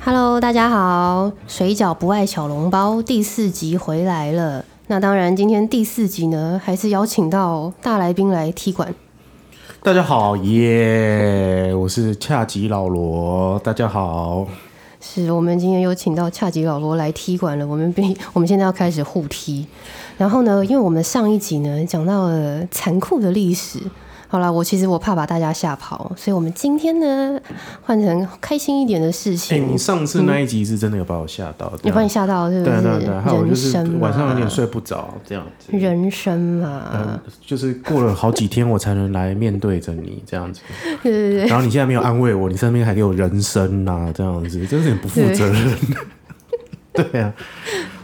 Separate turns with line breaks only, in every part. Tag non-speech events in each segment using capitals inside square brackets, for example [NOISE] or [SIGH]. Hello，大家好，水饺不爱小笼包第四集回来了。那当然，今天第四集呢，还是邀请到大来宾来踢馆。
大家好，耶、我是恰吉老罗。大家好，
是我们今天有请到恰吉老罗来踢馆了，我们比我们现在要开始互踢。然后呢，因为我们上一集呢讲到了残酷的历史，好啦，我其实我怕把大家吓跑，所以我们今天呢换成开心一点的事
哎、
情。
你上次那一集是真的有把我吓到，
有
这样
把你吓到是不
对
是？
啊对啊对啊，还有就
人
是
生嘛，
晚上有点 [LAUGHS] 睡不着，这样子。
人生啊嘛，
嗯，就是过了好几天我才能来面对着你这样子，
[LAUGHS] 对对 [LAUGHS] 对，
然后你现在没有安慰我，你身边还给我人生呐、这样子，真是很不负责任。 [LAUGHS] 对啊，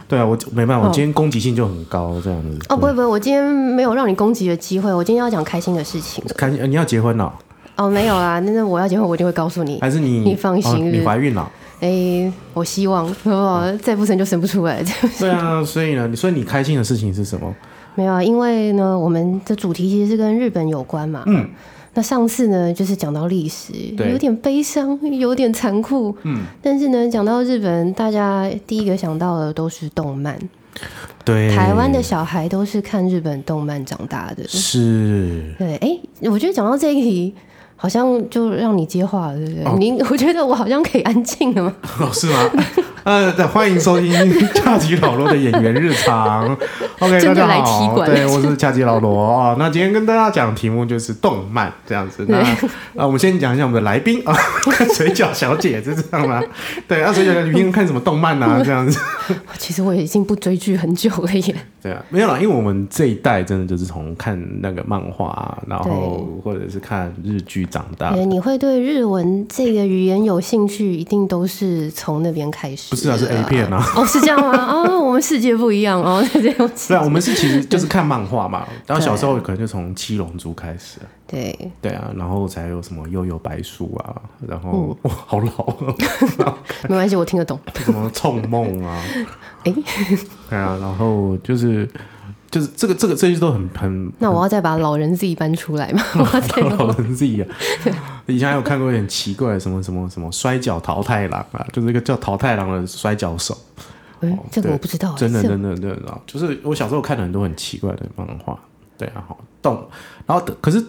对啊，我没办法，我今天攻击性就很高，这样子。
哦哦，不会不会，我今天没有让你攻击的机会，我今天要讲开心的事情。
对看你要结婚了、
哦，没有啦，那那我要结婚，我一定会告诉你。
还是你
你放心
哦你怀孕了、
哎、我希望，哦，再不生就生不出来。 [LAUGHS]
对啊，所以呢，你说你开心的事情是什么？
没有啊，因为呢，我们的主题其实是跟日本有关嘛。嗯。那上次呢，就是讲到历史，
对
有点悲伤，有点残酷。嗯。但是呢，讲到日本，大家第一个想到的都是动漫。
对，
台湾的小孩都是看日本动漫长大的。
是
对，哎、我觉得讲到这一题，好像就让你接话了，对不对？您， [LAUGHS] 我觉得我好像可以安静了嘛。 [LAUGHS]
哦，是吗？ [LAUGHS] 呃，对欢迎收听恰吉老罗的演员日
[LAUGHS]
常。OK，
真
大
的来
家
踢
好，
馆
对，我是恰吉老罗啊、哦。那今天跟大家讲的题目就是动漫这样子。
[LAUGHS]
那那我们先讲一下我们的来宾 [LAUGHS] 啊，水饺小姐是这
[LAUGHS]
样吗？对，啊那水饺小姐你平常看什么动漫啊？这样子。
其实我已经不追剧很久了耶。
对啊，没有啦，因为我们这一代真的就是从看那个漫画、啊，然后或者是看日剧长大
觉得你会对日文这个语言有兴趣，一定都是从那边开始。
不是啊，是 A 片啊。
哦，是这样吗？ [LAUGHS] 哦，我们世界不一样哦， [LAUGHS] 这样子
[LAUGHS] 对啊，我们是其实就是看漫画嘛，然后小时候可能就从《七龙珠》开始，
对，
对啊，然后才有什么《悠悠白书》啊，然后、 [LAUGHS] 哇，好老哦，
没关系，我听得懂。
[LAUGHS] 什么《冲梦》啊，
诶
对啊，然后就是就是这个这个这些都很很
那我要再把老人自己搬出来
[LAUGHS]
嘛？我要再
老人自己啊。以前还有看过一点奇怪的什么什么什么摔跤淘太郎啊，就是一个叫淘太郎的摔跤手，
嗯，这个
哦对
我不知道，
真的
这
真的真的，就是我小时候看了很多很奇怪的漫画，对啊，好动，然后可是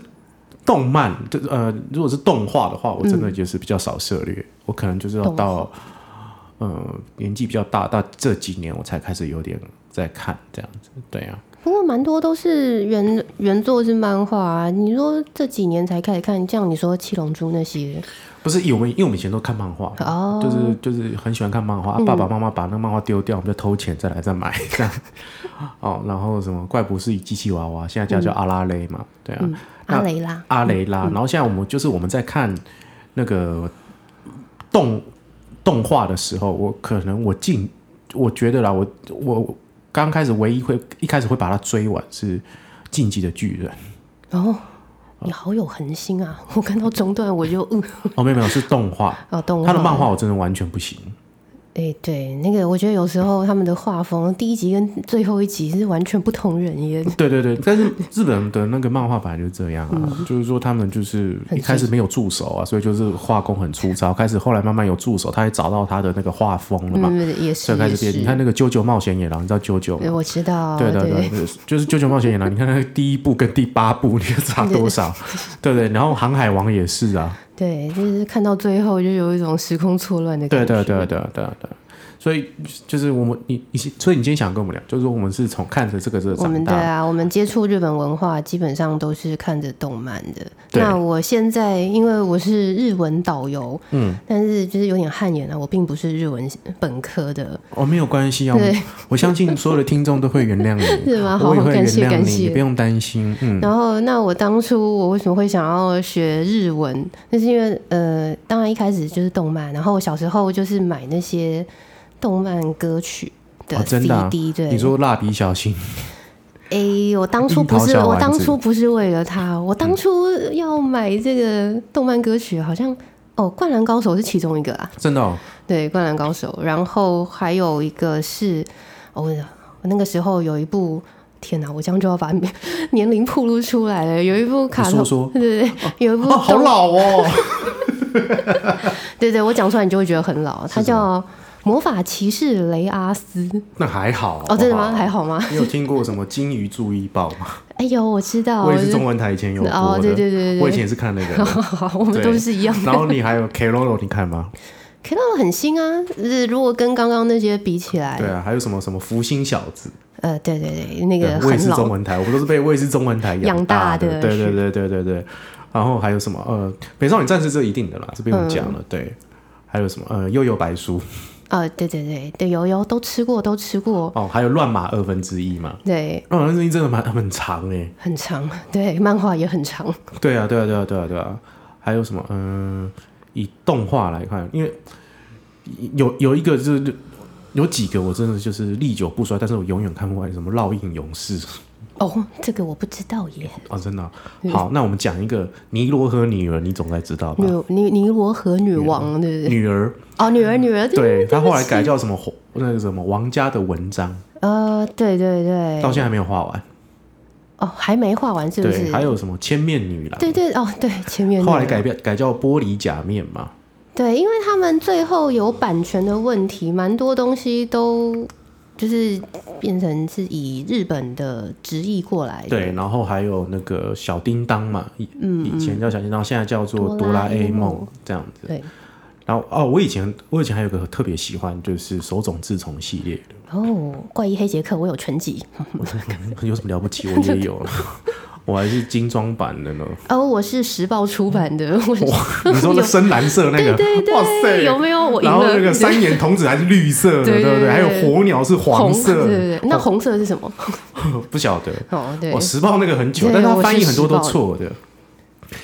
动漫，就是呃，如果是动画的话，我真的就是比较少涉猎，我可能就是要
动画
到呃年纪比较大，到这几年我才开始有点在看这样子，对啊，
不过蛮多都是原原作是漫画啊。你说这几年才开始看，像你说《七龙珠》那些
不是因为我们因为我们以前都看漫画。
哦，嗯
就是就是很喜欢看漫画，啊爸爸妈妈把那个漫画丢掉，我们就偷钱再来再买 [LAUGHS] 这样。哦，然后什么怪不是以机器娃娃，现在叫
嗯
叫阿拉蕾嘛，对啊。那
阿雷拉
阿雷
嗯
拉，然后现在我们就是我们在看那个动动画的时候，我可能我进，我觉得啦，我我刚开始唯一会一开始会把它追完是《进击的巨人
哦，你好有恒心啊！ [LAUGHS] 我看到中段我就嗯，》[LAUGHS]
哦，没有没有是动画，
哦，动
他的漫
画，
画我真的完全不行。
哎，对，那个我觉得有时候他们的画风，第一集跟最后一集是完全不同人耶。
对对对，但是日本的那个漫画本来就是这样啊，就是说他们就是
嗯很
一开始没有助手啊，所以就是画工很粗糙，开始后来慢慢有助手，他也找到他的那个画风了嘛，
嗯，也
所
是
以开
也
始变。你
是，
看那个《啾啾冒险野狼》，你知道啾啾吗
对，？我知道，
对对对，对就是《啾啾冒险野狼》，你看它第一部跟第八部，你看差多少？ [LAUGHS] 对对，然后《航海王》也是啊，
对，就是看到最后就有一种时空错乱的感
对
觉。
对对对对对。所以就是我们你你，所以你今天想跟我们聊，就是说我们是从看着这个这个
我们
长
对
大，
啊，我们接触日本文化基本上都是看着动漫的。
对
那我现在因为我是日文导游，嗯，但是就是有点汗颜啊，我并不是日文本科的，
哦，没有关系啊，我
对
[LAUGHS] 我相信所有的听众都会原谅
[LAUGHS]
你，
是吗？好，
我也会
感
原
谢哦
谅
感
你，你
谢
不。用担心，嗯，
然后，那我当初我为什么会想要学日文？那是因为呃，当然一开始就是动漫，然后我小时候就是买那些动漫歌曲的
哦
CD，、
真的啊
对，
你说蜡笔小新，
诶，我当初不是，
樱桃小
我
丸子
当初不是为了他，我当初
嗯
要买这个动漫歌曲，好像哦，《灌篮高手》是其中一个啊，
真的哦，
对，《灌篮高手》，然后还有一个是，哦，我那个时候有一部。天哪，我这样就要把年龄暴露出来了。有一部卡
你
通，
说说
对对对，有一部
[LAUGHS] 哦，好
动
老哦，
对对，我讲出来你就会觉得很老。它
是什
叫《魔法骑士雷阿斯》
那还好
哦，真的吗？还
好
好
啊
吗
不？好。你有听过什么《金鱼注意报》吗？
哎呦，我知道，
我也是中文台以前有播的，
哦对对对对对
我以前也是看那
[LAUGHS]
个的。
好，我们
对
都是一样的。
然后你还有 k a r o l 你看吗？
k o 很新啊，呃如果跟刚刚那些比起来，
对啊，还有什么什么福星小子，
呃，对对对，那
对
个
我也
很
是
老，
中文台，我们都是被卫视中文台
养大
大
的
的，对对
是
对对对对。然后还有什么？呃，美少女战士这一定的啦，这不用讲了。
嗯
对，还有什么？呃，又有白书
呃，对对对对，有有都吃过，都吃过，
哦，还有乱码二分之一嘛。
对，
乱码二分之一真的蛮很长哎、
很长， [LAUGHS] 对，漫画也很长，
对啊，对啊，对啊，对啊，对啊。还有什么？嗯、以动画来看，因为有有一个就是有几个我真的就是历久不衰，但是我永远看不完，什么《烙印勇士》
哦，这个我不知道耶，
啊，真的啊、好，那我们讲一个尼罗河女儿，你总该知道吧？
嗯女尼尼罗河女王，对不对？
女儿，
哦，女儿女儿，
对她
不
后来
起
改叫什么火？那个什么王家的文章，
呃，对对对，
到现在还没有画完。
哦，还没画完是不
对，
是？
还有什么千面女郎？
对对哦，对，前面
后
那
来
个
改变改叫玻璃假面嘛。
对，因为他们最后有版权的问题，蛮多东西都就是变成是以日本的直译过来的。
对，然后还有那个小叮当嘛，以以前叫小叮当，现在叫做哆
嗯哆
啦
啦
A
A
梦
梦
这样子。
对，
然后哦，我以前我以前还有个特别喜欢，就是手冢治虫系列 [LAUGHS] 的，
然后哦怪医黑杰克我有全集， [LAUGHS]
有什么了不起？我也有，我还是精装版
[LAUGHS]
的呢。
哦，我是时报出版的，我是
你说那深蓝色那个，
对
哎哇塞，
对，有没有我赢
然后
了？
那个三眼童子还是绿色的，
对对
不对？
对
还有火鸟是黄
对对
色，哦
对，那红色是什么？
[LAUGHS] 不晓得。
哦，对
我，时报那个很久，
对
但它
我
翻译
是
很多
时
都
报
错的。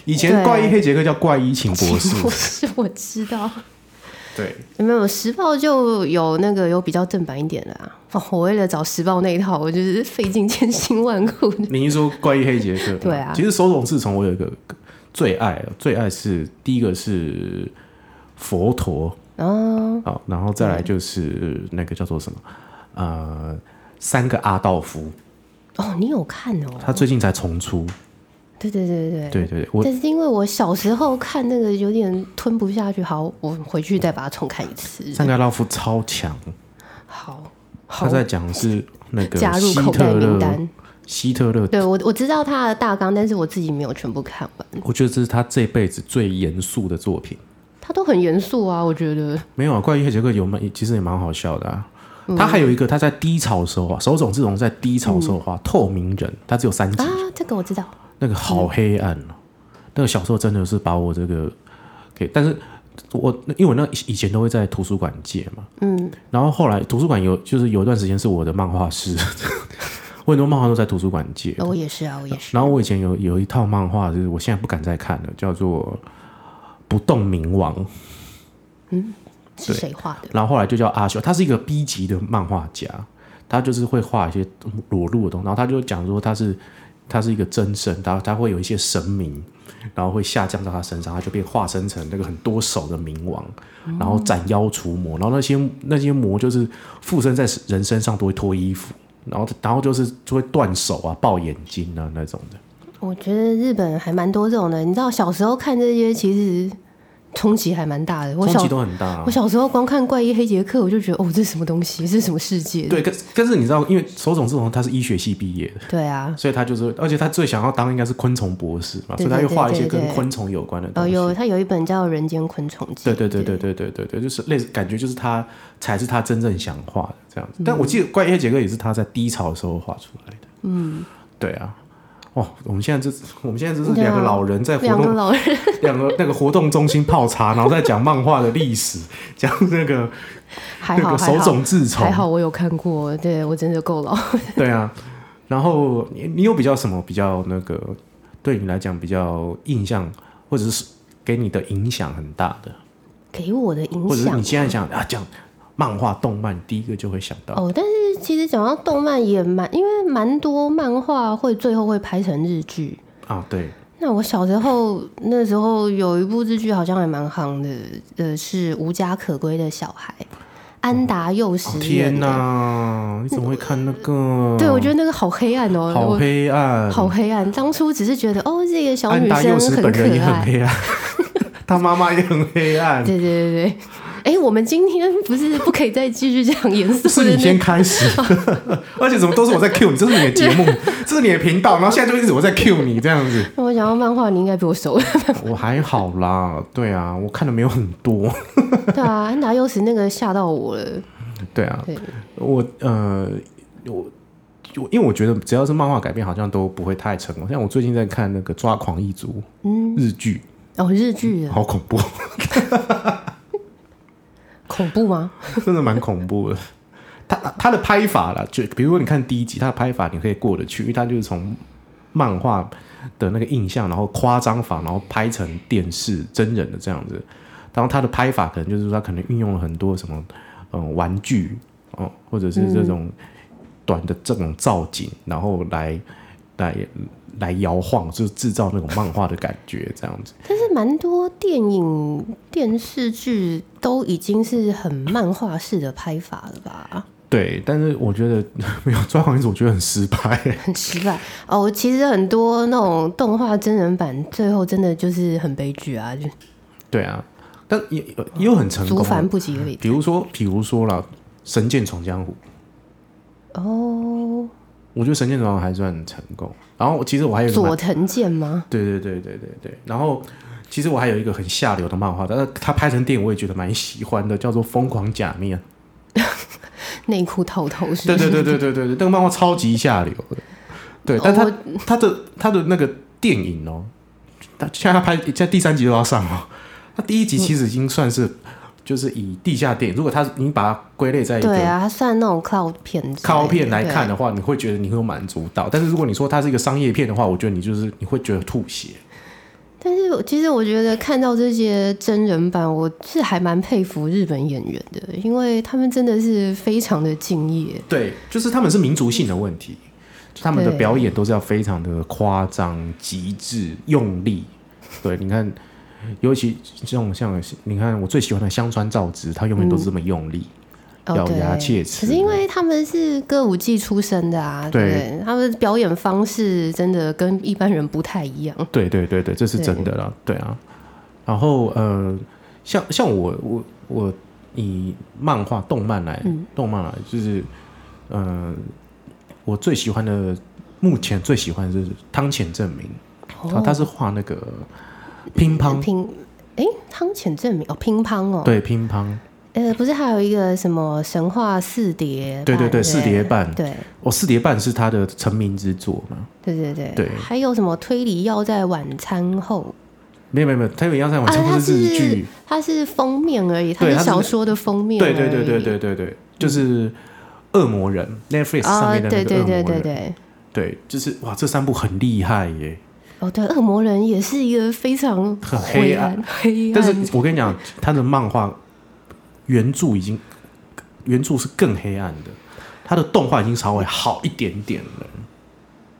以前
对
怪医黑杰克叫怪医秦博士，
不是 [LAUGHS] 我知道。
对，
没有时报就有那个有比较正版一点的啊。哦，我为了找时报那一套，我就是费尽千辛万苦。
你一说怪异黑杰克，
对啊
其实手冢治虫我有一个最爱啊，最爱是第一个是佛陀
哦，
啊，然后再来就是那个叫做什么呃三个阿道夫，
[LAUGHS] 哦，你有看哦？
他最近才重出，
对对对对
对对对，我
但是因为我小时候看那个有点吞不下去，好，我回去再把它重看一次。
三个阿道夫超强，
好，好
他，在讲的是那个
加入
希
口袋
特
名
勒，
单。
希特勒，
对我我知道它的大纲，但是我自己没有全部看完。
我觉得这是他这辈子最严肃的作品。
它都很严肃啊，我觉得。
没有啊，怪异黑杰克有蛮，其实也蛮好笑的啊。
嗯
他还有一个，他在低潮的时候啊，手冢治虫在低潮的时候画《透明人》，他只有三集，
嗯啊，这个我知道。
那个好黑暗哦、那个小时候真的是把我这个给，但是我因为我那以前都会在图书馆借嘛，
嗯，
然后后来图书馆有就是有一段时间是我的漫画室， [LAUGHS] 我很多漫画都在图书馆借的
呃我也是啊，我也是。
然后我以前有有一套漫画，就是我现在不敢再看了，叫做《不动明王》。
是谁画的？
然后后来就叫阿修，他是一个 B 级的漫画家，他就是会画一些裸露的东西，然后他就讲说他是他是一个真神，然后他会有一些神明，然后会下降到他身上，他就被化身成那个很多手的冥王，然后斩妖除魔，然后那些那些魔就是附身在人身上都会脱衣服，然后然后就是就会断手啊、爆眼睛啊那种的。
我觉得日本还蛮多这种的。你知道小时候看这些，其实冲击还蛮大的。我
冲
小
击都很大、啊
我。小时候光看《怪医黑杰克》，我就觉得哦，这是什么东西？这是什么世界？
对，但是但是你知道，因为手冢治虫他是医学系毕业的。
对啊，
所以他就是，而且他最想要当应该是昆虫博士嘛，所
对
以他又
对对
画一些
对对
跟昆虫有关的东
哦，
西。
有他有一本叫《人间昆虫记》，
对对对对对对对对，就是类似感觉就是他才是他真正想画的这
嗯
样子。但我记得《怪医杰克》也是他在低潮的时候画出来的。嗯，对啊。哇，我们现在这我们现在这是
对啊
两个老人在活
两个
动，
老人，
两个那个活动中心泡茶，然后在讲漫画的历史，讲那个
还
那
好
个
还
手
好
冢治虫
还，好我有看过，对我真的够
[LAUGHS]
老。
对啊。然后你你有比较什么比较那个对你来讲比较印象，或者是给你的影响很大的，
给我的影
或者是
响
你现在想啊讲漫画动漫，第一个就会想到。
哦，但是其实讲到动漫也蛮，因为蛮多漫画会最后会拍成日剧。
啊，对，
那我小时候那时候有一部日剧好像还蛮夯的，呃，是《无家可归的小孩》，安达幼
哦
时
天
哪！
哪，你怎么会看那个？
对，我觉得那个好黑暗哦，
好
我
黑暗，
好黑暗。当初只是觉得哦，这个小
安
女
达
生
幼时
很
本
可 [LAUGHS]
人也很
爱，
黑暗，他妈妈也很黑暗。
对对对对，哎、我们今天不是不可以再继续讲严肃
[LAUGHS] 是
的
你
那
先开始，而且怎么都是我在 Q 你，这是你的节
[LAUGHS]
目，这是你的频道，然后现在就一直我在 Q 你这样子，
那我想要漫画，你应该比我熟。 [LAUGHS]
我还好啦，对啊，我看的没有很多， [LAUGHS]
对啊，安达优时那个吓到我了。
对啊，
对，
我呃，我我因为我觉得只要是漫画改编，好像都不会太成功。像我最近在看那个《抓狂一族》
嗯，
日剧，
哦，日剧的
好恐怖，
恐怖吗？
[LAUGHS] 真的蛮恐怖的。它它的拍法啦，就比如说你看第一集，它的拍法你可以过得去，因为它就是从漫画的那个印象，然后夸张法，然后拍成电视真人的这样子。然后它的拍法可能就是说它可能运用了很多什么嗯、呃玩具哦、或者是这种短的这种造景，然后来来来摇晃，就是制造那种漫画的感觉这样子。
但是蛮多电影、电视剧都已经是很漫画式的拍法了吧，
对，但是我觉得 [LAUGHS] 没有抓狂一族，我觉得很失败。
很失败哦。其实很多那种动画真人版，最后真的就是很悲剧啊，就
对啊，但也也有很成
竹
功
繁
的，
不及而已。
比如说，比如说啦，《神剑闯江湖》，
哦，
我觉得《神剑闯江湖》还算很成功。然后其实我还有一个蛮
佐藤健吗？
对对对对对对，然后其实我还有一个很下流的漫画，但是它拍成电影我也觉得蛮喜欢的，叫做《疯狂假面》。
内裤套头是？
对对对对对对对，那个漫画超级下流的。对，但它
哦
它的它的那个电影哦，它现在它拍现在第三集都要上了。它第一集其实已经算是就是以地下电影，如果它你把它归类在一
对
个
啊，它算那种靠片之类的，
靠片来看
对啊
的话，你会觉得你会有满足到。但是如果你说它是一个商业片的话，我觉得你就是你会觉得吐血。
但是我其实我觉得看到这些真人版，我是还蛮佩服日本演员的，因为他们真的是非常的敬业。
对，就是他们是民族性的问题，就他们的
对
表演都是要非常的夸张、极致、用力。对，你看，尤其这种像你看我最喜欢的香川照之，他永远都是这么用力，
哦，
咬
对
牙切齿
可是因为他们是歌舞伎出身的啊，
对
对不对他们表演方式真的跟一般人不太一样。
对对对对，这是真的啦，对啊。然后呃，像像我我我以漫画、动漫来、动漫来，就是呃，我最喜欢的，目前最喜欢的是汤浅证明，啊，他是画那个乒乓，
乒，哎，汤浅证明哦，乒乓哦，，
对乒乓，
呃，不是还有一个什么神话四叠版？
对对对，四叠
不
半，
对，
哦，四叠半是他的成名之作嘛？
对对对
对
还有什么推理要在晚餐后？
没有没有没有，他有一样在网
啊，
上
它
不是哦日
是
剧，
它是封面而已，它
对
是
它是
小说的封面而
对
已。
对对对对对对，就是恶魔人 Netflix 上
啊，
面的那
对
个
对
恶
对
魔
对
人，
对。
对，就是哇，这三部很厉害耶，
哦，对，恶魔人也是一个非常
很黑暗
灰、黑暗，
但是我跟你讲，他的漫画原著已经原著是更黑暗的，他的动画已经稍微好一点点了。啊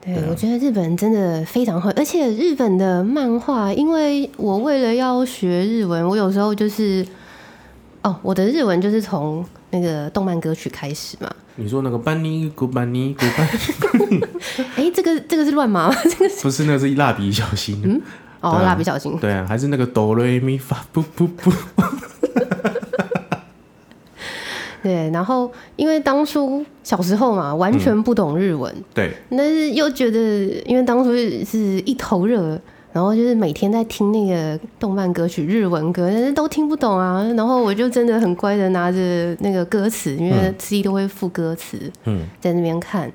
对，我觉得日本人真的非常会，而且日本的漫画，因为我为了要学日文，我有时候就是，哦，我的日文就是从那个动漫歌曲开始嘛。
你说那个班尼古班尼古
[LAUGHS]
班，
哎，这个这个是乱码吗？ [LAUGHS] 这个是
不是那是蜡笔小新，
哦
对，啊
蜡笔小新。
对啊，还是那个哆瑞咪发不不不，
对，然后因为当初小时候嘛，
嗯
完全不懂日文，
对
但是又觉得，因为当初是一头热，然后就是每天在听那个动漫歌曲、日文歌，但是都听不懂啊。然后我就真的很乖的拿着那个歌词，因为 CD 都会附歌词，
嗯，
在那边看。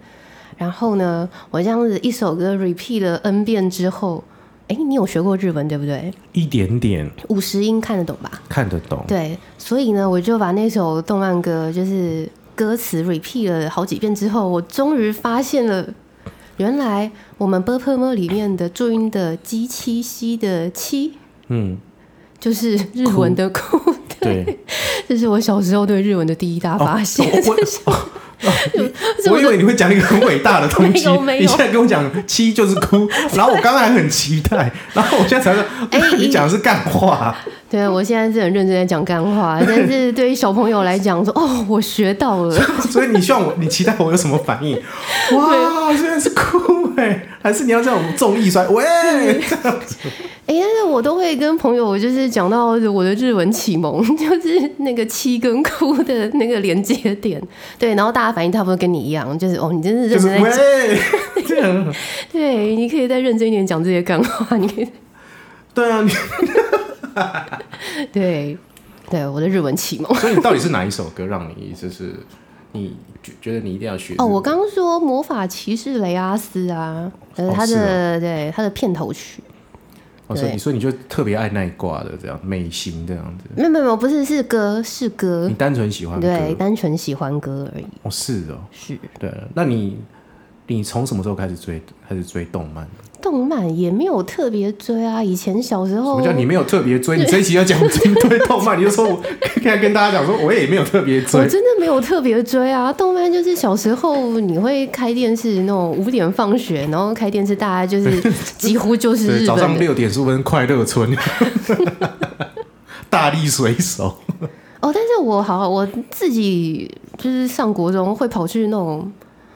然后呢，我这样子一首歌 repeat 了 n 遍之后，哎，你有学过日文对不对？
一点点
五十音看得懂吧？
看得懂，
对，所以呢，我就把那首动漫歌就是歌词 repeat 了好几遍之后，我终于发现了，原来我们 b p m 里面的注音的鸡七西的七
嗯，
就是日文的哭，
对。
[LAUGHS]
啊哦
这是我小时候对日文的第一大发现。[LAUGHS]
我我
这
我以为你会讲一个很伟大的东
[LAUGHS] 没
西
有，没有
你现在跟我讲七就是
[LAUGHS]
哭，然后我刚才还很期待，然后我现在才说
哎
[LAUGHS] 你讲的是干话， [LAUGHS]
对，我现在是很认真在讲干话，但是对于小朋友来讲说，哦，我学到了。
所以你希
[LAUGHS]
望我你期待我有什么反应？
[LAUGHS]
哇，虽然是哭哎，还是你要这种重意摔喂？
哎、哎、但是我都会跟朋友，就是讲到我的日文启蒙， [LAUGHS] 就是那个七跟哭的那个连接点，对，然后大家反应差不多跟你一样，就是哦，你真是认
就是
真在讲， [LAUGHS]
喂，这样
对，你可以再认真一点讲这些干话，你可以，
对啊，你
对，对，我的日文启蒙。
所以你到底是哪一首歌让你就是你觉觉得你一定要学？
哦，我刚刚说魔法骑士雷阿斯啊，呃，
哦
他
是
的、对他的片头曲，
哦，所以
对
你说你就特别爱那一挂的这样美型这样子，
没有没有没有，不是是歌是歌
你，单纯喜嗯欢歌
对，单纯喜欢歌而已。
哦，是哦，
是
对，那你你从什么时候开始追开始追动漫？
动漫也没有特别追啊，以前小时
什
候
么叫你没有特别追？你这一期要讲追追动漫，你就说我 [LAUGHS] 现在跟大家讲说我也没有特别
我
追，
真的没有特别追啊，动漫就是小时候你会开电视，那种五点放学，然后开电视，大家就是
[LAUGHS]
几乎就是
对，
日
早
本
上
的
六点十五分快乐村， [LAUGHS] 大力水手，
哦。但是我好，我自己就是上国中会跑去那种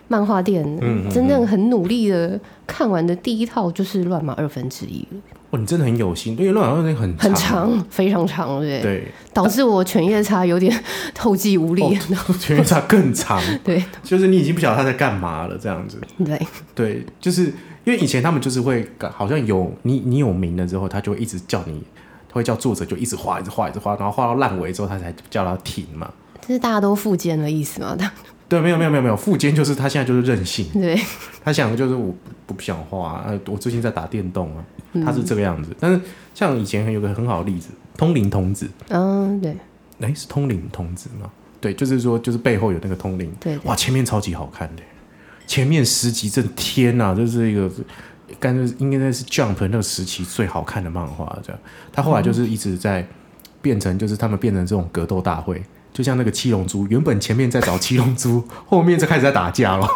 漫画店，
嗯嗯
真正很努力的看完的第一套就是《乱马二分之一》，
哦，你真的很有心，因为乱好像很啊
很，
[LAUGHS]
长，欸非常长，对不对，
对，
导致我犬夜叉有点 [LAUGHS] 后继无力。
哦，全员差更长， [LAUGHS]
对
就是你已经不晓得他在干嘛了，这样子。
对，
对，就是因为以前他们就是会搞，好像有你你有名了之后，他就会一直叫你，他会叫作者就一直画，一直画，一直画，然后画到烂尾之后，他才叫他停嘛。
这是大家都复健的意思嘛？
对，没有没有没有没有，富坚就是他现在就是任性，
对，
[LAUGHS] 他想的就是我不不想画，呃，我最近在打电动啊，他是这个样子。但是像以前有个很好的例子，通灵童子，
嗯，对
哎，是通灵童子吗？对，就是说就是背后有那个通灵，
对对
哇，前面超级好看的，前面十集真天呐、这是一个，感觉应该是 Jump 那个时期最好看的漫画。这样，他后来就是一直在变成，就是他们变成这种格斗大会，就像那个七龙珠，原本前面在找七龙珠， [LAUGHS] 后面就开始在打架了。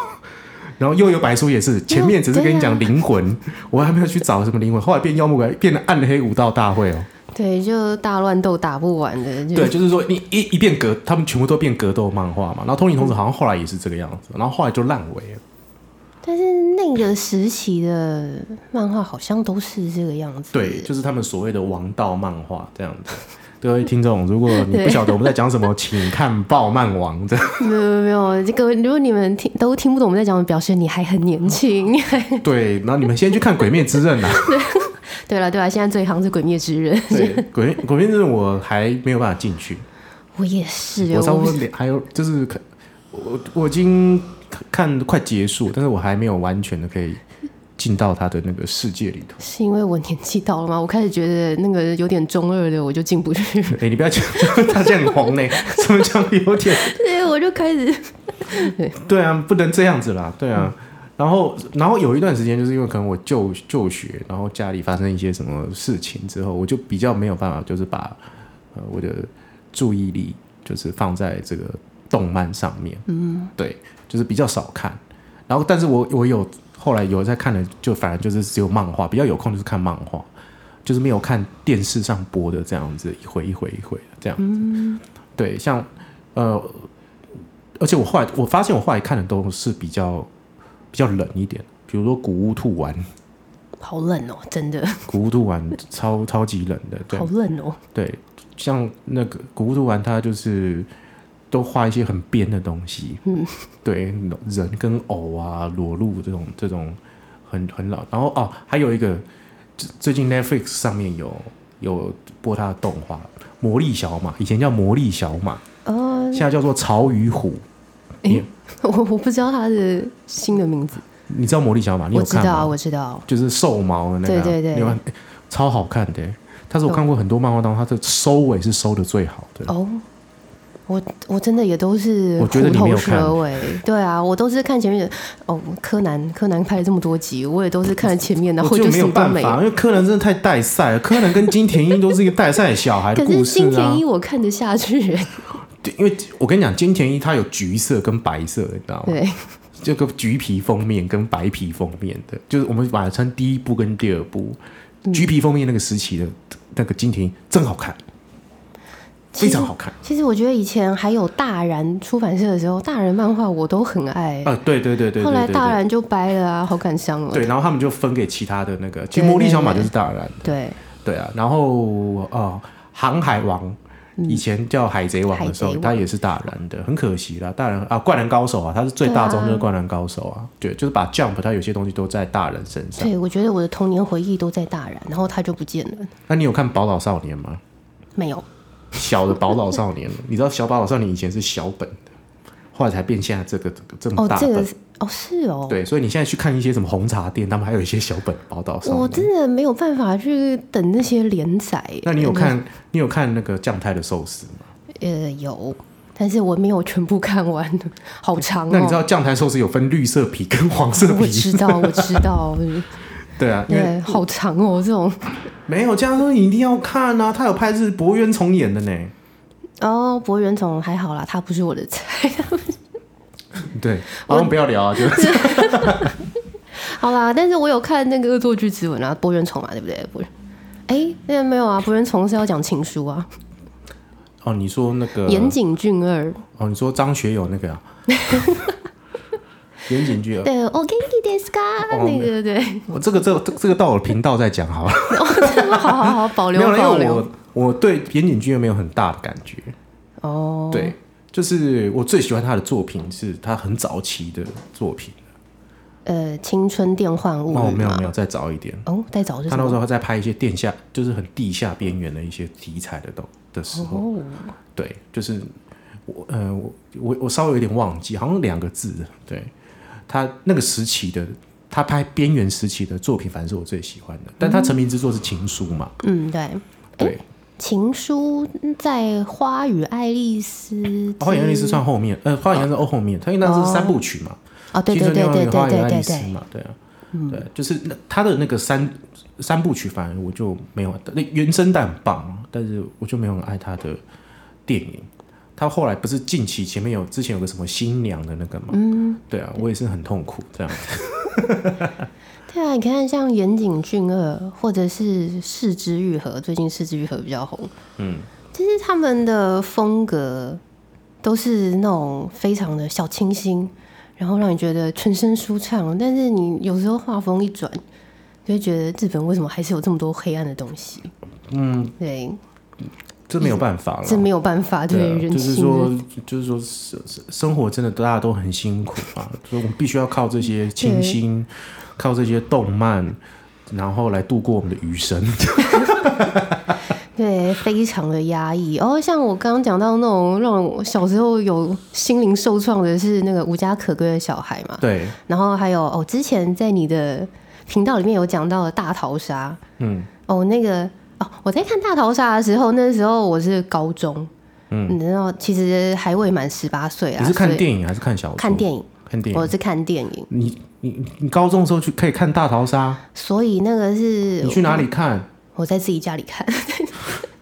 然后又有白书也是，前面只是跟你讲灵魂，我还没有去找什么灵魂，后来变妖魔鬼，变成暗黑武道大会哦。
对，就大乱斗打不完的，就
对，就是说你一一变格，他们全部都变格斗漫画嘛。然后《通灵童子》好像后来也是这个样子，然后后来就烂尾了。
但是那个时期的漫画好像都是这个样子。
对，就是他们所谓的王道漫画这样子。 [LAUGHS] 各位听众，如果你不晓得我们在讲什么，请看《爆漫王》这样。
[LAUGHS] 没有没有没有，各位，如果你们听都听不懂我们在讲的表示你还很年轻。 [LAUGHS] 你还
对，然后你们先去看《鬼灭之刃》啊啦。
对了对了，现在最行是《鬼灭之刃》， [LAUGHS]
对，《鬼灭鬼灭之刃》我还没有办法进去，
我也是，
我差不多两还有就是看我我已经看快结束，但是我还没有完全的可以进到他的那个世界里头。
是因为我年纪到了吗？我开始觉得那个有点中二的，我就进不去，
哎、你不要讲， [LAUGHS] 他现在很红呢，怎么讲有点
[LAUGHS] 对，我就开始
对啊，不能这样子啦，对啊。然后，然后有一段时间，就是因为可能我就就学，然后家里发生一些什么事情之后，我就比较没有办法，就是把呃我的注意力就是放在这个动漫上面，嗯，对，就是比较少看。然后，但是我我有后来有在看的，就反而就是只有漫画，比较有空就是看漫画，就是没有看电视上播的这样子，一回一回一回的这样子。对，像呃，而且我后来我发现我后来看的都是比较比较冷一点，比如说《古屋兔丸》， [LAUGHS] 《
好冷哦，真的
古屋兔丸》超超级冷的，对
好冷哦，
对，像那个《古屋兔丸》，它就是都画一些很编的东西，嗯，对，人跟偶啊、裸露这种这种很很老，然后哦，还有一个最最近 Netflix 上面有有播它的动画《魔力小马》，以前叫《魔力小马》，
哦，
现在叫做《潮与虎》。你
我我不知道他的新的名字，
你知道魔力小马？啊你
我
有
知
看
道
吗？
我知道，
就是瘦毛的那个啊、
对对对
你有看超好看的欸。但是我看过很多漫画当中，它的收尾是收的最好的。
哦，我我真的也都是
我觉得
虎
你没
头
有看
蛇尾，对啊，我都是看前面的。哦，柯南柯南拍了这么多集，我也都是看了前面，然后
我就
什
没有
么都
办
没。
法，因为柯南真的太带赛了。柯南跟金田一都是一个带赛的小孩的
可
故
是
事
金
啊
田一。我看得下去， [LAUGHS]
对因为我跟你讲，金田一它有橘色跟白色，你知道吗？
对，
这个橘皮封面跟白皮封面的，就是我们把它称第一部跟第二部。
嗯
橘皮封面那个时期的那个金田一真好看，非常好看。
其实我觉得以前还有大然出版社的时候，大人漫画我都很爱，
啊，对对对对对对对。
后来大然就掰了啊，好感伤了。
对，然后他们就分给其他的那个，其实
对
魔力
对
小马
对
就是大然，
对
对啊，然后呃，航海王
嗯
以前叫海贼王的时
海
候，
贼王
他也是打人的，很可惜啦。大人啊，灌篮高手啊，他是最大宗
对啊
就是灌篮高手啊，对，就是把 Jump 他有些东西都在大人身上。
对，我觉得我的童年回忆都在大然，然后他就不见了，
那你有看《宝岛少年》吗？
没有。
小的《宝岛少年》， [LAUGHS] 你知道小《宝岛少年》以前是小本的，后来才变现在这个这个这么
哦
大，
这
本。
个是哦是哦，
对，所以你现在去看一些什么红茶店，他们还有一些小本《宝岛少
我
年》。
真的没有办法去等那些连载。嗯
那你有看你有看那个酱太的寿司吗？
呃有，但是我没有全部看完，好长哦。
那你知道酱太寿司有分绿色皮跟黄色
我
皮？
知道，我知道，
[LAUGHS] 对 [LAUGHS] 啊，因为
对，好长哦，这
[LAUGHS]
种
没有这样说，你一定要看啊！他有拍是博渊重演的呢。
哦，博元总还好啦，他不是我的菜。 [LAUGHS]
对，好我们不要聊啊，就
好啦，但是我有看那个《恶作剧之吻》啊，博元崇嘛，对不对？博，哎，那没有啊，博元崇是要讲情书啊，
哦，你说那个
岩井俊二。
哦，你说张学友
[LAUGHS]
那个啊，岩井俊二，
对，我给你ですか？
啊哦
那个对， [LAUGHS] 哦
我这个这个这个到我频道再讲好了。
好好好，保留
没有啦，
保
因为
留。
我我对岩井俊二没有很大的感觉。
哦，
对，就是我最喜欢他的作品是他很早期的作品。
呃，青春电幻物
哦，
语
没有
嘛
没。有，再早一点。
哦，再早是
他
什
那时
么？
候在拍一些地下，就是很地下边缘的一些题材的东的时候，
哦，
对，就是我呃我我我稍微有点忘记，好像两个字。对他那个时期的，他拍边缘时期的作品，反正是我最喜欢的。但他成名之作是《情书》嘛，
嗯，对，
对，
情书在《花与爱丽丝》
《花园爱丽丝》算后面，呃，《花园爱丽丝》后面，他因为那是三部曲嘛，
哦，对对
青春
对
恋
对
爱
对
花园
对
爱丽
对嗯
丝
对，
嘛，对啊，对，就是那他的那个三三部曲，反而我就没有，那原声带很棒，但是我就没有很爱他的电影。他后来不是近期前面有之前有个什么新娘的那个嘛，嗯，对啊，我也是很痛苦这样。
对啊，你看像岩井俊二或者是四之愈合，最近四之愈合比较红，
嗯，
其实他们的风格都是那种非常的小清新，然后让你觉得全身舒畅，但是你有时候画风一转，就会觉得日本为什么还是有这么多黑暗的东西？嗯，对，
这没有办法了，
这没有办法，对
对啊，
人
就是
性的
说，就是说，生生活真的大家都很辛苦嘛，所以我们必须要靠这些清新，靠这些动漫，然后来度过我们的余生。 [LAUGHS]
对，非常的压抑。哦，像我刚刚讲到那种让我小时候有心灵受创的是那个无家可归的小孩嘛，
对，
然后还有哦，之前在你的频道里面有讲到的大逃杀，
嗯，
哦，那个哦，我在看大逃杀的时候，那时候我是高中，嗯，然后其实还未满十八岁啊，
你是看
所以
电影还是看小说？
看电影，
看电
我
影。
是看电影，
你你你高中的时候去可以看大逃杀，
所以那个是
你去哪里看？
我在自己家里看，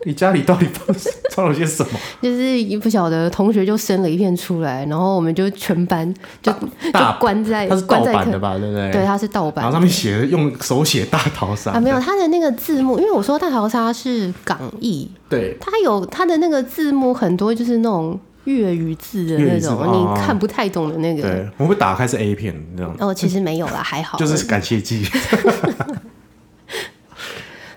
你家里到底 [LAUGHS] 发做了些什么？
就是一不晓得同学就生了一片出来，然后我们就全班就
大
就关在
它是
哎关
盗
在
版
可
的吧？对不对？
对，它是盗
然后
版
上面写的用手写大逃杀
啊，没有它的那个字幕，因为我说大逃杀是港译，
对，
它有它的那个字幕很多就是那种粤语字的
粤
那
语字
种，
哦
你看不太懂的那
对
个。
对，我会打开是 A 片这样，
哦，其实没有啦，还好。
就是感
[LAUGHS]
谢祭。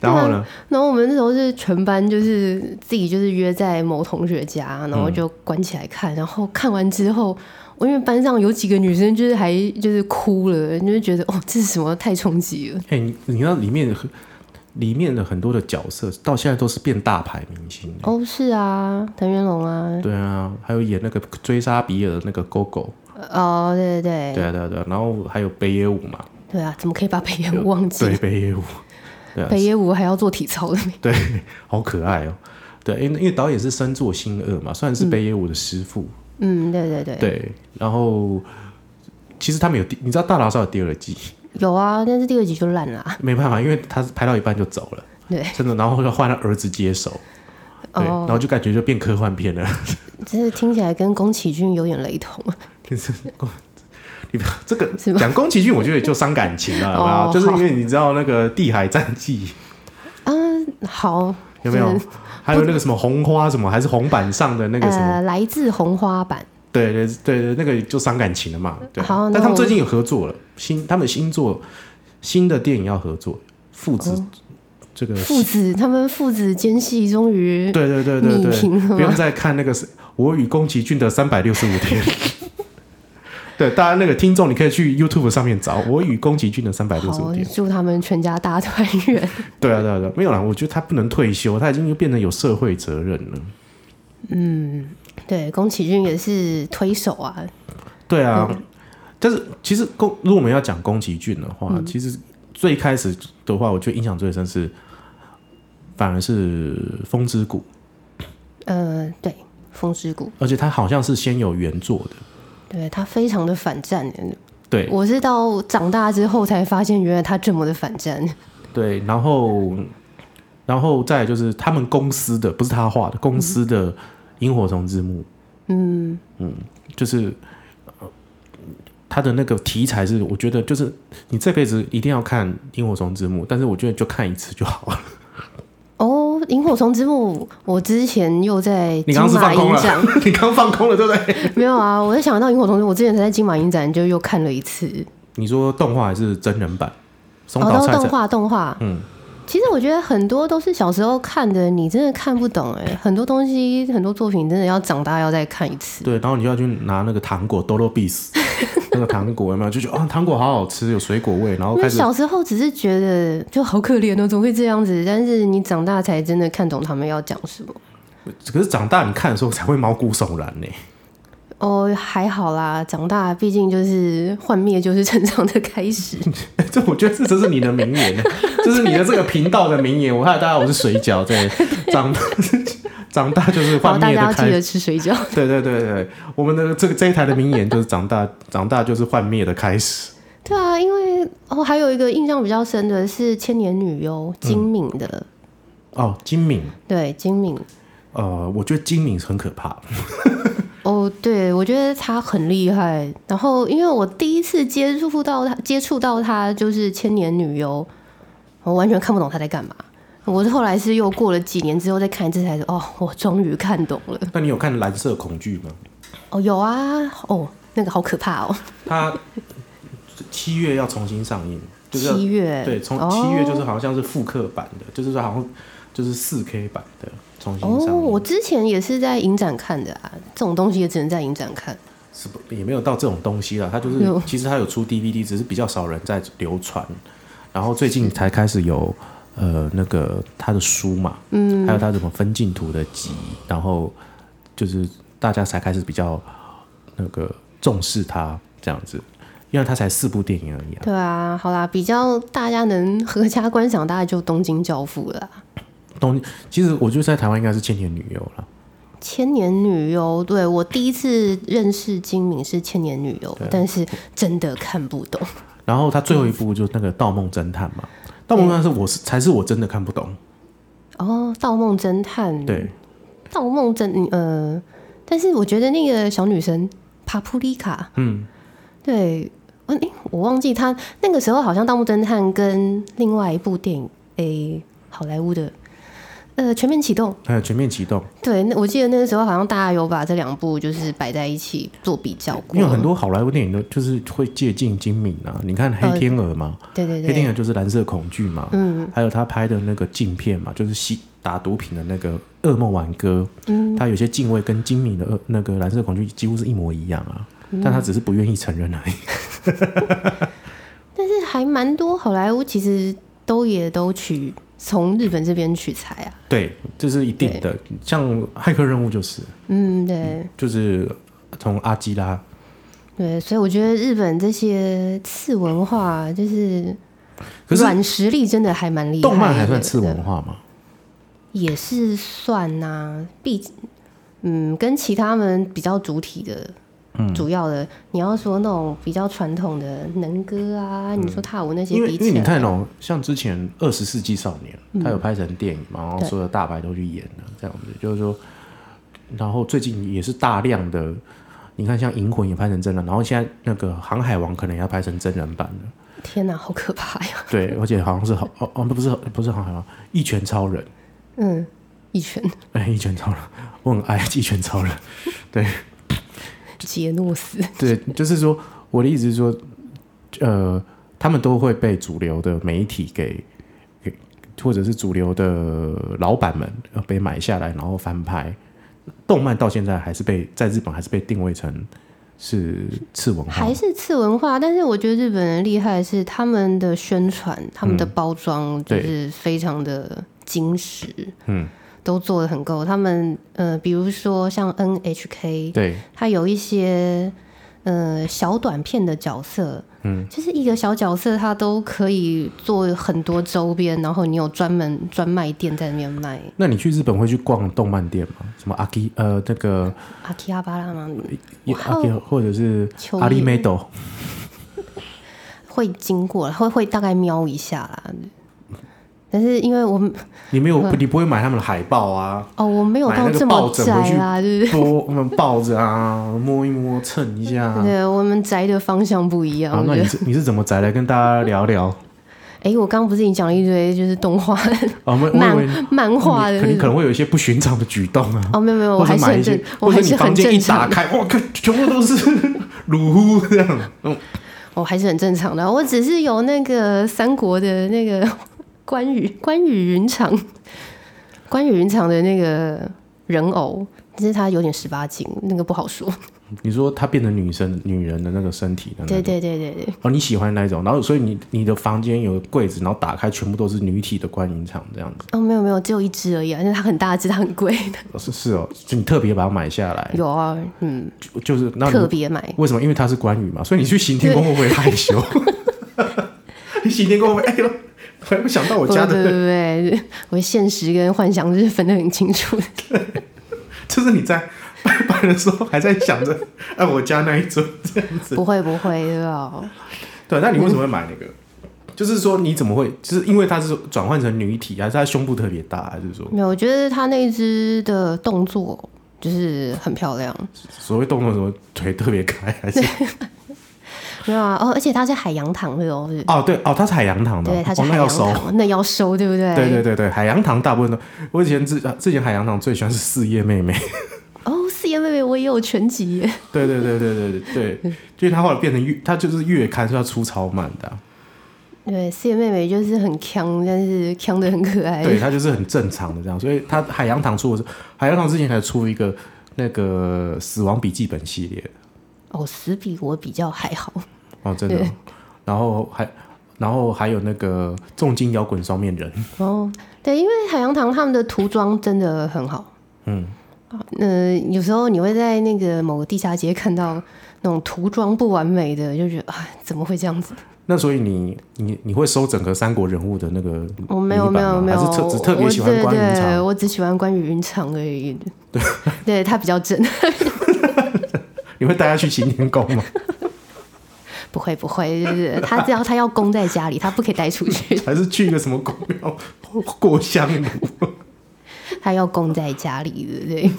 然后呢？
啊然后我们那时候是全班，就是自己就是约在某同学家，然
嗯
后就关起来看。然后看完之后，我因为班上有几个女生就是还就是哭了，就是觉得哦，这是什么太冲击了。
哎、你你知道里面很里面的很多的角色到现在都是变大牌明星的。
哦，是啊，藤原龙啊，
对啊，还有演那个追杀比尔的那个 GoGo，
哦，对对
对
对
啊对啊对啊，然后还有北野武嘛，
对啊，怎么可以把北野武忘记？
对北野武， [LAUGHS] 对啊
北野武还要做体操的，
[LAUGHS] 对，好可爱哦。对，因为因为导演是深作新二嘛，算是北野武的师傅。
嗯，对对对，
对，然后其实他们有第，你知道大逃杀有第二季， [LAUGHS]
有啊，但是第二集就烂了啊、
没办法，因为他拍到一半就走了，
对，
真的，然后就换他儿子接手，对，
哦
然后就感觉就变科幻
[LAUGHS]
片了。
真的听起来跟宫崎骏有点雷同。
你不要这个
是吗
讲宫崎骏，我觉得也就伤感情了，有没有
[LAUGHS] 哦
就是
好
因为你知道那个《地海战记》
嗯，好，
有没有
是？
还有那个什么红花什么，还是红板上的那个什么？
呃，来自红花版，
对对对对，那个就伤感情了嘛。对，
嗯
啊
好那
但他
我
们最近有合作了，新他们新作新的电影要合作，父子、这个
哦父子他们父子间隙终于
对对对对
你
对
评，了
不用再看那个是我与宫崎骏的三百六十五天。 [LAUGHS] 对，大家那个听众，你可以去 YouTube 上面找《我与宫崎骏的三百六十五
好
天》。
祝他们全家大团圆。 [LAUGHS]
对啊，对啊，对啊，没有啦，我觉得他不能退休，他已经变成有社会责任了。
对，宫崎骏也是推手啊，
对啊，但是其实宫，如果我们要讲宫崎骏的话，其实最开始的话，我觉得印象最深是，反而是《风之谷》，
呃，对，《风之谷》
而且他好像是先有原作的。
对他非常的反战，
对，
我是到长大之后才发现，原来他这么的反战。
对，然后，然后再来就是他们公司的，不是他画的，公司的《萤火虫之墓》。嗯嗯，就是、呃他的那个题材是，我觉得就是你这辈子一定要看《萤火虫之墓》，但是我觉得就看一次就好了。 [LAUGHS]
哦，《萤火虫之墓》，我之前又在
你
金
刚刚是
马
放空
影展， [LAUGHS]
了，你刚放空了，对不对？
没有啊？我在想到《萤火虫之墓》，我之前才在金马影展就又看了一次。
你说动画还是真人版？松
哦，
岛
都是
菜
动
菜，
画，动画。
嗯，
其实我觉得很多都是小时候看的，你真的看不懂哎、很多东西，很多作品真的要长大要再看一次。
对，然后你就要去拿那个糖果 d o r o b
[LAUGHS]
e s 那个糖果有没有？就觉得啊、糖果好好吃，有水果味，然后
因为
开始
小时候只是觉得就好可怜哦，怎么会这样子？但是你长大才真的看懂他们要讲什么。
可是长大你看的时候才会毛骨悚然呢、 [LAUGHS]
哦，还好啦，长大毕竟就是幻灭，就是成长的开始。
这我觉得这这是你的名言，这是你的这个频道的名言。我嗨，大家，我是水
[LAUGHS]
饺，对，长 [LAUGHS] 长大就是
好，
[LAUGHS] 幻
大
灭
家要
的
记
开
得吃水饺。
对对对对，我们的这个这一台的名言就是长大，长大就是幻灭的开始。
对啊，因为哦，还有一个印象比较深的是《千年女
嗯
优》金敏的，
哦，金敏，
对金敏。
呃，我觉得金敏很可怕。
哦，对，我觉得他很厉害。然后，因为我第一次接触到他，接触到他就是《千年女优》，我完全看不懂他在干嘛。我是后来是又过了几年之后再看一次，才说哦，我终于看懂了。
那你有看《蓝色恐惧》吗？
哦，有啊，哦，那个好可怕哦，
它七月要重新上映， [LAUGHS] 就是要
七月
对，从七月就是
哦
好像是复刻版的，就是说好像就是四 K 版的重新
哦，
上映。
我之前也是在影展看的啊，这种东西也只能在影展看。
是不也没有到这种东西啦，它就是
有
其实它有出 DVD，只是比较少人在流传。然后最近才开始有呃那个他的书嘛，嗯，还有他什么分镜图的集，然后就是大家才开始比较那个重视他这样子，因为他才四部电影而已啊。
对啊，好啦，比较大家能合家观赏，大概就《东京教父》了啊。
东其实我觉得在台湾应该是千年女优了，
千年女优，对我第一次认识金敏是千年女优，但是真的看不懂。
然后他最后一部就是那个《盗梦侦探》嘛，《盗梦侦探》是我是才是我真的看不懂，
哦，《盗梦侦探》，
对，
《盗梦侦》呃，但是我觉得那个小女生帕普利卡，
嗯，
对，嗯、诶我忘记她那个时候好像《盗梦侦探》跟另外一部电影，诶、好莱坞的，呃，《全面启动》。
还有《全面启动》。
对，那我记得那个时候好像大家有把这两部就是摆在一起做比较过，
因为很多好莱坞电影都就是会借鉴金敏啊，你看《黑天鹅》嘛，
对对
黑天
对，
鹅》就是蓝色恐惧嘛，呃嗯，还有他拍的那个镜片嘛，就是吸打毒品的那个《噩梦挽歌》，嗯，他有些敬畏跟金敏的恶那个蓝色恐惧几乎是一模一样啊，但他只是不愿意承认而已。
但是还蛮多好莱坞其实都也都取从日本这边取材啊，
对，这是一定的。像《骇客任务》就是
嗯，对
就是从阿基拉，
对，所以我觉得日本这些次文化就是
可是
软实力真的还蛮厉害的，
动漫还算次文化嘛？
也是算呐、毕竟嗯跟其他们比较主体的。
嗯
主要的，你要说那种比较传统的能歌啊，你说踏舞那些
嗯因为
比
因为
起
你
来，嗯
看哦，像之前《二十世纪少年》，他有拍成电影嘛，然后
对
所有大牌都去演了，这样子就是说，然后最近也是大量的，你看像《银魂》也拍成真人，然后现在那个《航海王》可能也要拍成真人版
[LAUGHS]
了，
天哪，好可怕呀！
对，而且好像是好哦哦，不是不是《航海王》，《一拳超人》
嗯，一拳 [LAUGHS]
哎，《一拳超人》，我很爱《一拳超人》，
杰诺斯，
对，就是说我的意思是说，呃，他们都会被主流的媒体给给或者是主流的老板们呃被买下来，然后翻拍。动漫到现在还是被在日本还是被定位成是次文化
还，是次文化，但是我觉得日本人厉害的是他们的宣传，他们的
嗯
包装就
对
是非常的精实，
嗯，
都做的很够。他们呃，比如说像 NHK，
对
它有一些呃小短片的角色，嗯，就是一个小角色，它都可以做很多周边，然后你有专门专卖店在那边卖
那你去日本会去逛动漫店吗？什么阿基呃那个
阿基阿巴拉吗？
也
哇哦
阿基或者是
秋叶
阿里美斗，
会经过啦，会会大概瞄一下啦。但是因为我们
你没
嗯
有你不会买他们的海
[LAUGHS]
报啊？
哦，我没有
买那
到
个
这
抱
么
枕
宅
回去
啦，对不对？
多我们抱着啊，摸一摸，蹭一下、啊。
对，我们宅的方向不一样。
好，
我
那
觉
你
得，
是你是怎么宅来跟大家聊聊？哦
哎，我刚刚不是已经讲了一堆就是动画、
[LAUGHS] 哦，我们我以为
漫漫画的
你可
那
你可
种。
能会有一些不寻常的举动啊。
哦，没有没有， [LAUGHS] 我
或
还
者
是
买
很
一些
正，，我还
或者
是
你
很
房间
正
一打
常，
开，哇，看全部都是 [LAUGHS] 乳呼这样。
我还是很正常的。我只是有那个三国的那个关羽，关羽云长， [LAUGHS] 关羽云长的那个人偶，但是他有点十八禁，那个不好说。
你说她变成女生、女人的那个身体的那
对
种，
对对对对，
哦，你喜欢那种，然后所以你你的房间有柜子，然后打开全部都是女体的观音场这样子，
哦，没有没有，只有一只而已啊，因为它很大只，它很贵的。
哦是是哦，就你特别把它买下来，
[LAUGHS] 有啊，嗯，
就就是那你
特别买。
为什么？因为他是关羽嘛，所以你去行天宫会不会
[LAUGHS]
害羞？你行天宫会不会哎呦，我还没想到我
不
家
对对
的，
对对，我现实跟幻想是分得很清楚的。
就是你在拜拜的时候还在想着，哎，我家那一尊这样子。
不会不会对吧？
对，那你为什么会买那个？就是说你怎么会？就是因为它是转换成女体，还是它胸部特别大，还是说
没有，我觉得他那一只的动作就是很漂亮。
所谓动作什么腿特别开，还是？
没有啊，哦，而且它是海洋堂的哦，是
哦，对，哦，它是海洋堂的，
对，它是
哦
海
那要
洋
收。
堂，那要收对不对？
对对对对，海洋堂大部分都，我以前之之前海洋堂最喜欢是四叶妹妹。
哦，四叶妹妹我也有全集耶，
对对对对对对对，就是他后来变成月，他就是月刊，所以他出超慢的啊、
对，四叶妹妹就是很强，但是强的很可爱。
对他就是很正常的这样，所以他海洋堂出的是海洋堂之前还出一个那个死亡笔记本系列
哦，死比我比较还好。
哦，真的哦， [LAUGHS] 然后还然后还有那个重金摇滚双面人，
哦，对，因为海洋堂他们的涂装真的很好。
嗯，
呃，有时候你会在那个某个地下街看到那种涂装不完美的，就觉得啊，怎么会这样子？
那所以你你你会收整个三国人物的那个
我没有
泥
没
板吗
有没有，
还是特只特别
我
喜欢关
对
云
对，
长，
我只喜欢关于云长而已。对，对他比较正，
你会带他去行天宫吗？ [LAUGHS]
不会不会，就是他只要他要供在家里，他不可以带出去，
还是去一个什么宫庙过香炉？
他要供在家里的。
[LAUGHS]
对，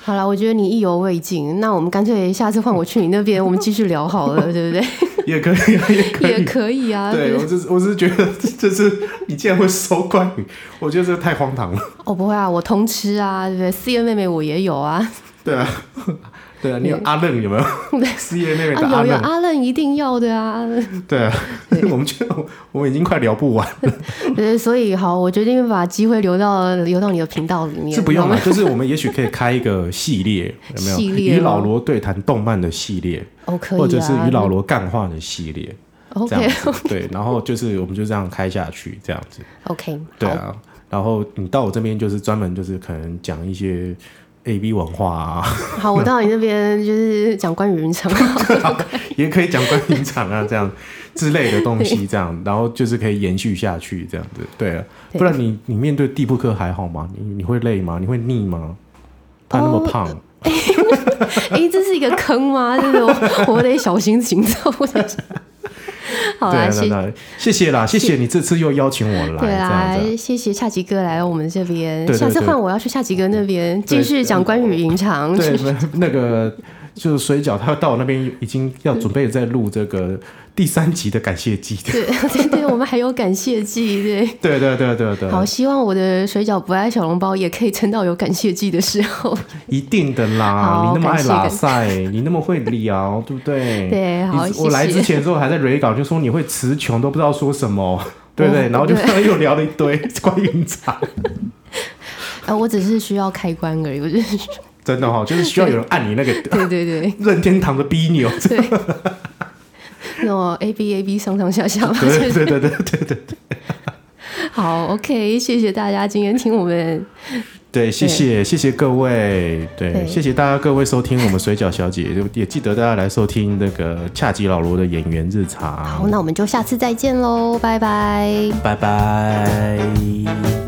好了，我觉得你意犹未尽，那我们干脆下次换我去你那边，我们继续聊好了，对不对？
也可以啊，也可以，
也可以啊。
对，
就是
我就是我只是觉得，就是你竟然会收关羽，我觉得这个太荒唐了。
哦，不会啊，我通吃啊，对不对？四叶妹妹我也有啊，
对啊， [LAUGHS] 对啊，你有阿愣有没有？ [LAUGHS] 四叶妹妹的
啊
阿
有有
愣，
阿愣一定要的
[LAUGHS]
啊，
对啊， [LAUGHS] 我们觉得我我们已经快聊不完，
对，所以好，我决定把机会留到留到你的频道里面，
是不用
好
了
吗。
就是我们也许可以开一个系列，有没有？
系列吗
与老罗对谈动漫的系列，
哦，可以、啊，
或者是与老罗干话的系列，这
OK
样子。对，然后就是我们就这样开下去，这样子。
OK，
对
好，
啊，然后你到我这边就是专门就是可能讲一些 A B 文化啊。
好，我到你那边就是讲关于云
[LAUGHS]
长，
也可以讲关平常啊，这样之类的东西，这样，然后就是可以延续下去，这样子。对啊，
对
不然你你面对地步课还好吗？你你会累吗？你会腻吗？他那么胖，
哦哎、这是一个坑吗？这是我，我得小心行
[LAUGHS]
动。我得好
对
啦，
啊，
谢
对啊，谢谢啦，谢谢你这次又邀请我来，这
对
样
啦
子啊。，
谢谢恰吉哥来到我们这边，
对对
下次
对
换我要去恰吉哥那边继
对
续讲关于云长，
对， [LAUGHS] 那那个就是水饺，他到我那边已经要准备在录这个第三集的感
[LAUGHS]
谢祭。
对对对，我们还有感谢祭，对。
对对对对对，
好，希望我的水饺不爱小笼包也可以撑到有感谢祭的时候。 [LAUGHS]
一定的啦，
好
你那么
感
爱
谢
拉
感谢
塞，你那么会聊，对不对？
对好
你
谢谢
我来之前的时候还在蕊稿，就说你会词穷，都不知道说什么。对不对？
我
然后就
对
又聊了一堆关于隐藏，
啊，我只是需要开关而已，我就是
真的哈、哦，就是需要有人按你那个
对对对
任天堂的 B 钮，
对， [LAUGHS] 那种 A B A B 上上下下嘛，
对对对对对对
[LAUGHS] 好，OK，谢谢大家今天听我们，
对，谢谢谢谢各位，对，
对
谢谢大家各位收听我们水饺小姐，就也记得大家来收听那个恰吉老罗的演员日常，
好，那我们就下次再见喽，拜拜。
拜拜。